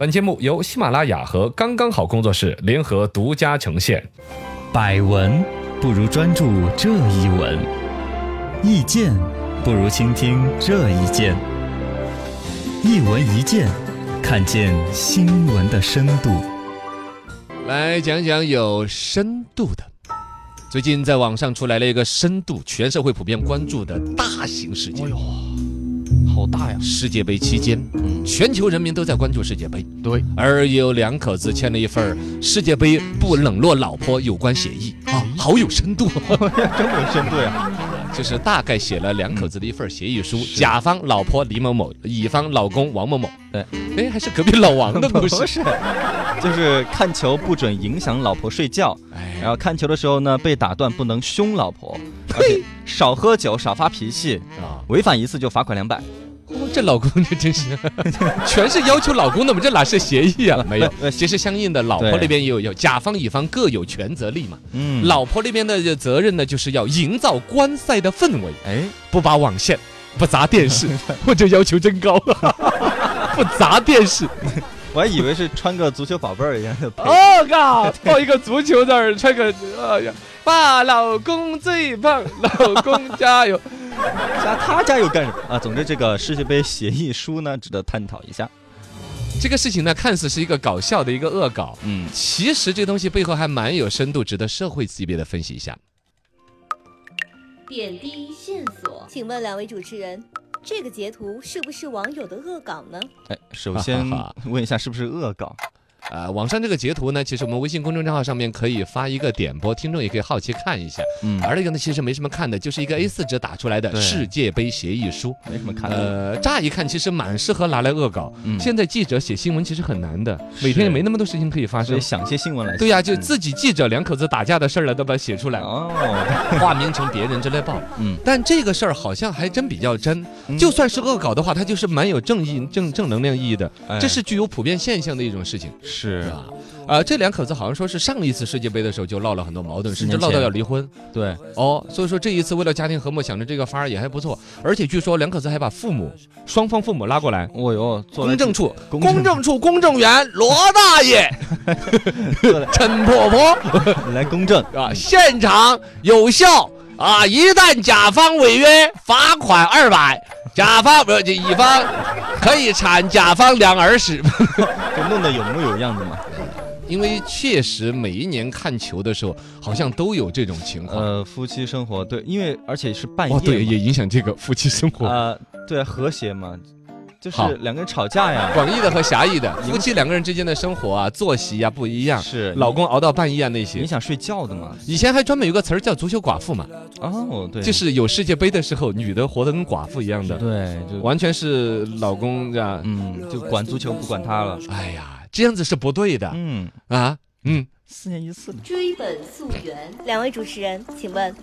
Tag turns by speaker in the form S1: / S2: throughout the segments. S1: 本节目由喜马拉雅和刚刚好工作室联合独家呈现。
S2: 百闻不如专注这一闻，意见不如倾听这一见。一闻一见，看见新闻的深度。
S3: 来讲讲有深度的。最近在网上出来了一个深度，全社会普遍关注的大型事件
S4: 哎呦，好大呀！
S3: 世界杯期间，嗯全球人民都在关注世界杯，
S4: 对
S3: 而有两口子签了一份儿世界杯不冷落老婆有关协议
S1: 哎
S3: 啊，好有深度，
S4: 真有深度呀！
S3: 就是大概写了两口子的一份协议书，甲方老婆李某某，乙方老公王某某，
S2: 对，
S3: 哎，还是隔壁老王的故事，
S2: 是，就是看球不准影响老婆睡觉，
S3: 哎
S2: 然，后看球的时候呢，被打断不能凶老婆，而且少喝酒，少发脾气，
S3: 啊，
S2: 违反一次就罚款两百。
S3: 这老公这真是，全是要求老公的嘛，这哪是协议啊？没有
S2: 呃，呃
S3: 其实相应的老婆
S2: 对
S3: 那边也有有，甲方乙方各有权责力嘛。
S2: 嗯，
S3: 老婆那边的责任呢，就是要营造观赛的氛围，
S2: 哎，
S3: 不拔网线， 不砸电视， 我这要求真高， 不砸电视。
S2: 我还以为是穿个足球宝贝儿一样的配。
S3: 我靠，哦抱一个足球在那儿穿个，哎呀，爸，老公最棒，老公加油。
S2: 加他家又干什么啊？总之，这个世界杯协议书呢，值得探讨一下。
S3: 这个事情呢，看似是一个搞笑的一个恶搞，
S2: 嗯，
S3: 其实这东西背后还蛮有深度，值得社会级别的分析一下。
S5: 点滴线索。
S6: 请问两位主持人，这个截图是不是网友的恶搞呢？
S2: 哎，首先问一下，是不是恶搞？
S3: 呃，网上这个截图呢，其实我们微信公众账号上面可以发一个点播，听众也可以好奇看一下。
S2: 嗯，
S3: 而那个呢，其实没什么看的，就是一个 A4 纸打出来的
S2: 对
S3: 世界杯协议书。
S2: 没什么看的。
S3: 呃，乍一看其实蛮适合拿来恶搞。
S2: 嗯
S3: 现在记者写新闻其实很难的，每天也没那么多事情可以发
S2: 所
S3: 生
S2: 以。想些新闻来写。
S3: 对呀、就
S2: 嗯
S3: 自己记者两口子打架的事儿了，都把它写出来，
S2: 哦，
S3: 化名成别人之类报。
S2: 嗯
S3: 但这个事儿好像还真比较真，
S2: 嗯
S3: 就算是恶搞的话，它就是蛮有正义、正正能量意义的，
S2: 哎
S3: 这是具有普遍现象的一种事情。
S2: 是，
S3: 啊，呃，这两口子好像说是上一次世界杯的时候就闹了很多矛盾，
S2: 四
S3: 甚
S2: 年
S3: 至闹到
S2: 前
S3: 要离婚
S2: 对，
S3: 哦。所以说这一次为了家庭和睦，想着这个法儿也还不错。而且据说两口子还把父母双方父母拉过来，
S2: 哦哟，做了
S3: 公证处
S2: 公
S3: 公
S2: 证
S3: 证处公证员罗大 爷
S2: 做了
S3: 陈婆婆
S2: 来公证，
S3: 啊，现场有效啊！一旦甲方违约，罚款二百，甲方不是这乙方可以铲甲方两耳屎。
S2: 就弄得有模有样的嘛。
S3: 因为确实每一年看球的时候，好像都有这种情况。
S2: 呃，夫妻生活对，因为而且是半夜
S3: 哦，
S2: 嘛，
S3: 对，也影响这个夫妻生活。
S2: 啊，对，和谐嘛，就
S3: 好
S2: 是两个人吵架呀，
S3: 广义的和狭义的，夫妻两个人之间的生活啊、作息啊不一样，
S2: 是
S3: 老公熬到半夜啊那
S2: 你
S3: 些。
S2: 想睡觉的嘛？
S3: 以前还专门有个词儿叫“足球寡妇”嘛，
S2: 哦，对，
S3: 就是有世界杯的时候，女的活得跟寡妇一样的，
S2: 对，就
S3: 完全是老公啊。
S2: 嗯，就管足球不管他了。
S3: 哎呀，这样子是不对的
S2: 嗯，
S3: 啊。嗯，
S2: 四年一次呢。
S5: 追本溯源，
S6: 两位主持人，请问，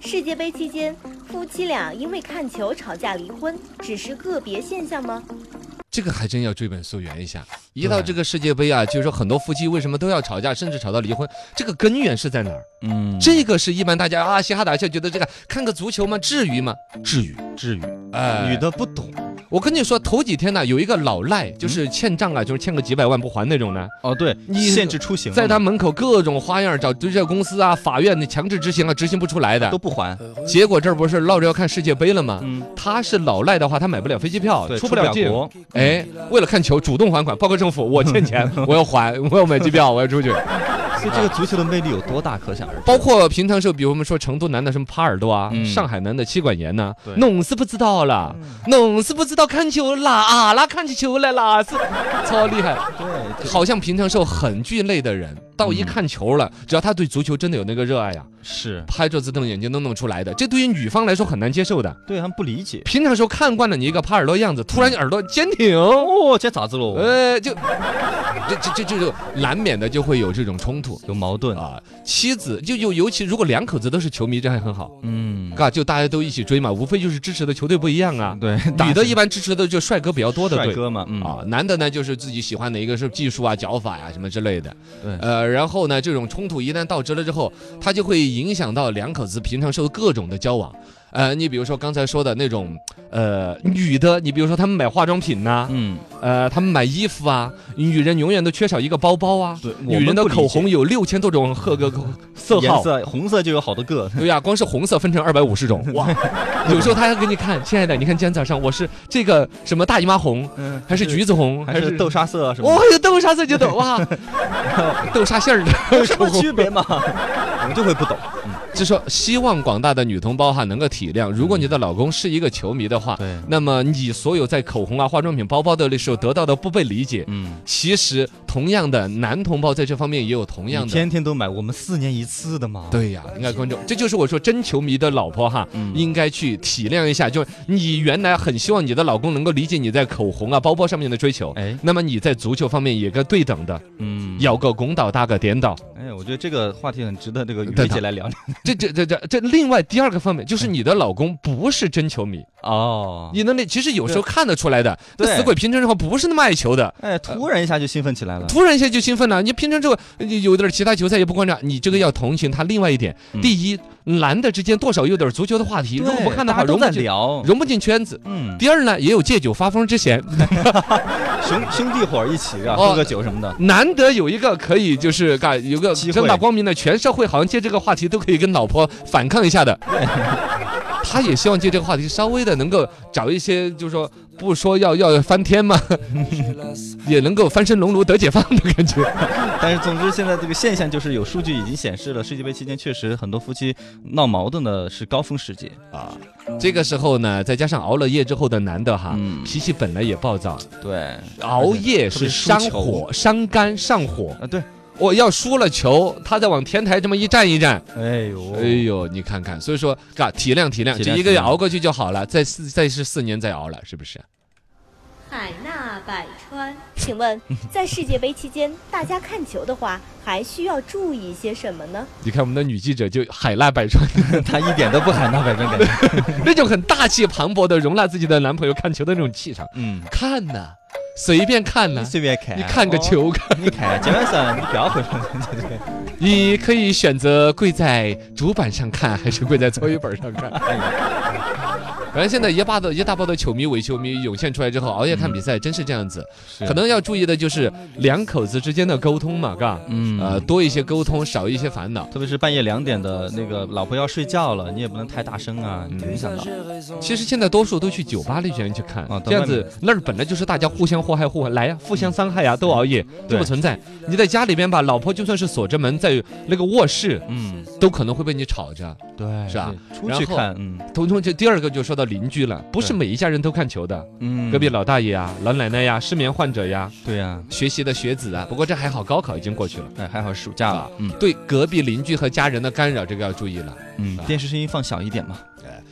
S6: 世界杯期间夫妻俩因为看球吵架离婚，只是个别现象吗？
S3: 这个还真要追本溯源一下。一到这个世界杯啊，就是说很多夫妻为什么都要吵架，甚至吵到离婚，这个根源是在哪儿？
S2: 嗯，
S3: 这个是一般大家啊嘻哈打笑，觉得这个看个足球吗？至于吗？至于。
S2: 至于
S3: 哎，
S2: 女的嗯不懂
S3: 我跟你说，头几天呢，有一个老赖，就是欠账啊，就是欠个几百万不还那种呢，
S2: 哦，对，
S3: 你
S2: 限制出行了
S3: 在他
S2: 嘛
S3: 门口各种花样找追债公司啊、法院的强制执行啊，执行不出来的
S2: 都。不还。
S3: 结果这儿不是闹着要看世界杯了吗？
S2: 嗯，
S3: 他是老赖的话，他买不了飞机票，
S2: 对，
S3: 出
S2: 出
S3: 不了境。
S2: 国。
S3: 哎，为了看球，主动还款，报告政府，我欠 钱，我要还， 我要买机票，我要出去。
S2: 所以这个足球的魅力有多大，可想而知。
S3: 包括平常时候，比如我们说成都男的什么耙耳朵啊，
S2: 嗯
S3: 上海男的妻管严呐、
S2: 对嗯
S3: 侬是不知道啦，侬是不知道看球啦啊啦看起球来啦是， 超厉害。
S2: 对，就
S3: 好像平常时候很惧累的
S2: 嗯
S3: 人，到一看球了，只要他对足球真的有那个热爱呀、
S2: 是
S3: 拍桌子瞪眼睛都弄出来的，这对于女方来说很难接受的。
S2: 对他们不理解。
S3: 平常时候看惯了你一个耙耳朵样子，突然耳朵坚挺。
S2: 哦，这咋子喽？
S3: 呃，就， 这这这这就难免的就会有这种冲突
S2: 有矛盾。
S3: 啊。妻子就就尤其如果两口子都是球迷，这还很好，
S2: 嗯，
S3: 嘎，就大家都一起追嘛，无非就是支持的球队不一样啊。
S2: 对，
S3: 女的一般支持的就帅哥比较多的
S2: 嗯帅
S3: 队，
S2: 哥嘛，嗯
S3: 啊，男的呢就是自己喜欢的一个是技术啊、脚法呀、什么之类的，
S2: 对
S3: 呃，然后呢，这种冲突一旦到职了之后，它就会影响到两口子平常时候各种的交往。呃，你比如说刚才说的那种，呃，女的，你比如说她们买化妆品呐、
S2: 嗯，
S3: 呃，她们买衣服啊，女人永远都缺少一个包包啊。
S2: 对，我
S3: 女
S2: 们
S3: 人的
S2: 不理
S3: 口
S2: 解
S3: 红有六千多种各个口色
S2: 颜
S3: 号，
S2: 色，红色就有好多个。
S3: 对呀、光是红色分成二百五十 种，哇！有时候他还给你看，亲爱的，你看今天早上我是这个什么大姨妈红，
S2: 嗯，
S3: 还是橘子红，
S2: 还是豆沙色什么
S3: 哇，有豆沙色就懂哇， 豆沙馅儿
S2: 的？有
S3: 的
S2: 什么区别嘛？ 我们就会不懂。
S3: 就说希望广大的女同胞哈能够体谅，如果你的老公是一个球迷的话，
S2: 对
S3: 那么你所有在口红啊、化妆品、包包的时候得到的不被理解，
S2: 嗯，
S3: 其实同样的男同胞在这方面也有同样
S2: 你
S3: 的。
S2: 天天都买，我们四年一次的嘛。，
S3: 对呀、应该关注，这就是我说真球迷的老婆哈，
S2: 嗯
S3: 应该去体谅一下。就是你原来很希望你的老公能够理解你在口红啊、包包上面的追求，
S2: 哎，
S3: 那么你在足球方面也该对等的，
S2: 嗯，
S3: 要个公道，打个颠 倒。
S2: 哎，我觉得这个话题很值得这个雨
S3: 等等
S2: 薇姐来聊聊。
S3: 这这这这这，另外第二个方面就是你的老公不是真球迷，
S2: 哦，
S3: 你能力其实有时候看得出来的。那
S2: 对
S3: 死鬼平常生活不是那么爱球的，
S2: 哎，突然一下就兴奋起来了。
S3: 突然一下就兴奋了。你平常这个呃有点其他球赛也不关注，你这个要同情他。另外一点，
S2: 嗯
S3: 第一，男的之间多少有点足球的话题，
S2: 对
S3: 如果不看的
S2: 大
S3: 话，
S2: 家都
S3: 融
S2: 在
S3: 不进
S2: 聊，
S3: 融不进圈子。
S2: 嗯，
S3: 第二呢，也有借酒发疯之嫌，
S2: 兄兄弟伙儿一起啊，
S3: 哦
S2: 喝个酒什么的。
S3: 难得有一个可以就是干有个
S2: 机会
S3: 正大光明的，全社会好像借这个话题都可以跟老婆反抗一下 的。他也希望借这个话题稍微的能够找一些，就是说不说要要翻天 嘛，也能够翻身农奴得解放的感觉。
S2: 但是总之，现在这个现象就是有数据已经显示了，世界杯期间确实很多夫妻闹矛盾的是高峰时节。
S3: 啊这个时候呢，再加上熬了夜之后的男的哈，
S2: 嗯
S3: 脾气本来也暴躁，
S2: 对，
S3: 熬夜
S2: 特
S3: 是
S2: 别
S3: 伤
S2: 输球
S3: 火、伤肝、上火。
S2: 啊，对，
S3: 我要输了球，他再往天台这么一站一站，
S2: 哎呦，
S3: 哎呦，你看看，所以说，嘎，体谅体谅，
S2: 体谅
S3: 这一个
S2: 体
S3: 月
S2: 谅
S3: 熬过去就好了，再四再是四年再熬了，是不是？
S5: 海纳百川，
S6: 请问，在世界杯期间，大家看球的话，还需要注意些什么呢？
S3: 你看我们的女记者就海纳百川，
S2: 他一点都不喊纳百分感觉。
S3: 那种很大气磅礴的容纳自己的男朋友看球的那种气场，
S2: 嗯，
S3: 看呐、随便看呐、
S2: 你嗯随便看，
S3: 你看个
S2: 哦，
S3: 球看，
S2: 你看，今晚上你不要回来了，对对对，
S3: 你可以选择跪在主板上看，还是跪在搓衣板上看。 反正现在一大的一大包的球迷伪球迷涌现出来之后，熬夜看比赛真是这样子。可能要注意的就是两口子之间的沟通嘛，嘎，
S2: 嗯
S3: 呃，多一些沟通，少一些烦恼。
S2: 特别是半夜两点的那个老婆要睡觉了，你也不能太大声啊，你影响到。
S3: 其实现在多数都去酒吧那边去看，
S2: 啊到
S3: 这样
S2: 外面嗯
S3: 子那儿本来就是大家互相祸害、互来呀、互相伤害呀、都熬夜，这
S2: 对
S3: 不存在。你在家里边吧，老婆就算是锁着门在那个卧室，
S2: 嗯，
S3: 都可能会被你吵着。
S2: 对，
S3: 是吧
S2: 对？出去
S3: 然后
S2: 看，嗯
S3: 同同就第二个就说到邻居了，不是
S2: 对
S3: 每一家人都看球的，
S2: 嗯，
S3: 隔壁老大爷啊、老奶奶呀、失眠患者呀、
S2: 对呀，
S3: 学习的学子啊。不过这还好，高考已经过去了。
S2: 哎，还好暑假了，嗯
S3: 对隔壁邻居和家人的干扰，这个要注意了。
S2: 嗯，电视声音放小一点嘛。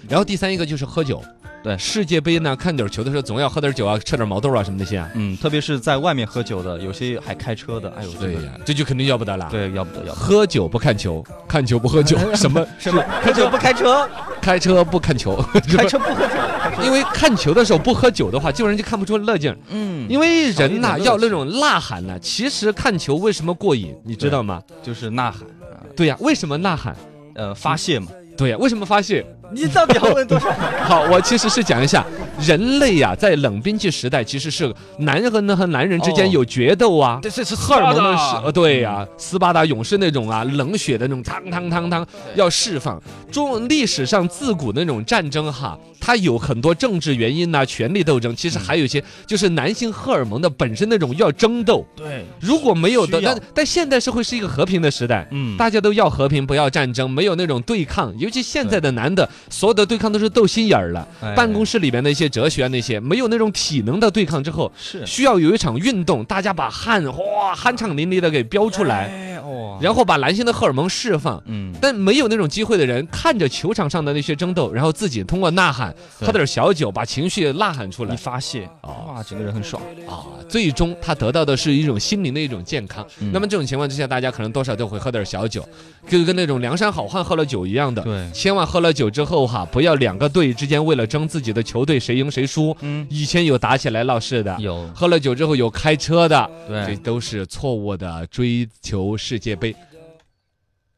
S3: 然后第三一个就是喝酒，
S2: 对
S3: 世界杯呢，看点球的时候总要喝点酒啊，吃点毛豆啊什么那些啊。
S2: 嗯，特别是在外面喝酒的，有些还开车的，哎呦，
S3: 对
S2: 这个
S3: 呀、这就肯定要不得了。，
S2: 对，要不得，要不得。
S3: 喝酒不看球，看球不喝 酒，什么
S2: 什么？ 喝酒不开车，
S3: 开车不看球，
S2: 开车不喝酒，
S3: 因为看球的时候不喝酒的话，这种人就看不出乐劲儿。
S2: 嗯，
S3: 因为人呐、
S2: 少一点乐趣
S3: 要那种呐喊呐、其实看球为什么过瘾，你知道吗？
S2: 就是呐喊，啊
S3: 对呀、为什么呐喊？
S2: 呃，发 泄嘛。
S3: 对呀、为什么发泄？
S2: 你到底要问多少？
S3: 好，我其实是讲一下，人类呀、在冷兵器时代，其实是男人和男和男人之间
S2: 哦
S3: 有决斗啊。
S2: 这这是
S3: 荷尔蒙的释，呃，对呀、斯巴达勇士那种啊，冷血的那种，汤汤汤汤要释放。中历史上自古那种战争哈，它有很多政治原因呐、权力斗争，其
S2: 嗯
S3: 实还有一些就是男性荷尔蒙的本身那种要争斗。
S2: 对，
S3: 如果没有的，
S2: 需要
S3: 但但现代社会是一个和平的时代。
S2: 嗯，
S3: 大家都要和平，不要战争，没有那种对抗。尤其现在的男的，所有的对抗都是斗心眼儿了。
S2: 哎
S3: 办公室里面的一些哲学啊，那些没有那种体能的对抗之后，
S2: 是
S3: 需要有一场运动，大家把汗哗酣畅淋漓的给飙出来，
S2: 哎 哦，
S3: 然后把男性的荷尔蒙释放。
S2: 嗯，
S3: 但没有那种机会的人，看着球场上的那些争斗，然后自己通过呐喊，
S2: 对
S3: 喝点小酒，把情绪呐喊出
S2: 你
S3: 来
S2: 嗯发泄，
S3: 哦
S2: 哇，整个人很爽。
S3: 啊，最终他得到的是一种心灵的一种健康。
S2: 嗯
S3: 那么这种情况之下，大家可能多少都会喝点小酒，就跟那种梁山好汉喝了酒一样的。
S2: 对
S3: 千万喝了酒之后哈，不要两个队之间为了争自己的球队谁赢谁输，
S2: 嗯，
S3: 以前有打起来闹事的，
S2: 有
S3: 喝了酒之后有开车的，这
S2: 对，
S3: 都是错误的追求世界杯。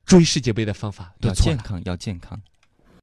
S3: 追世界杯的方法都
S2: 要
S3: 错
S2: 健
S3: 了，
S2: 康，要健康。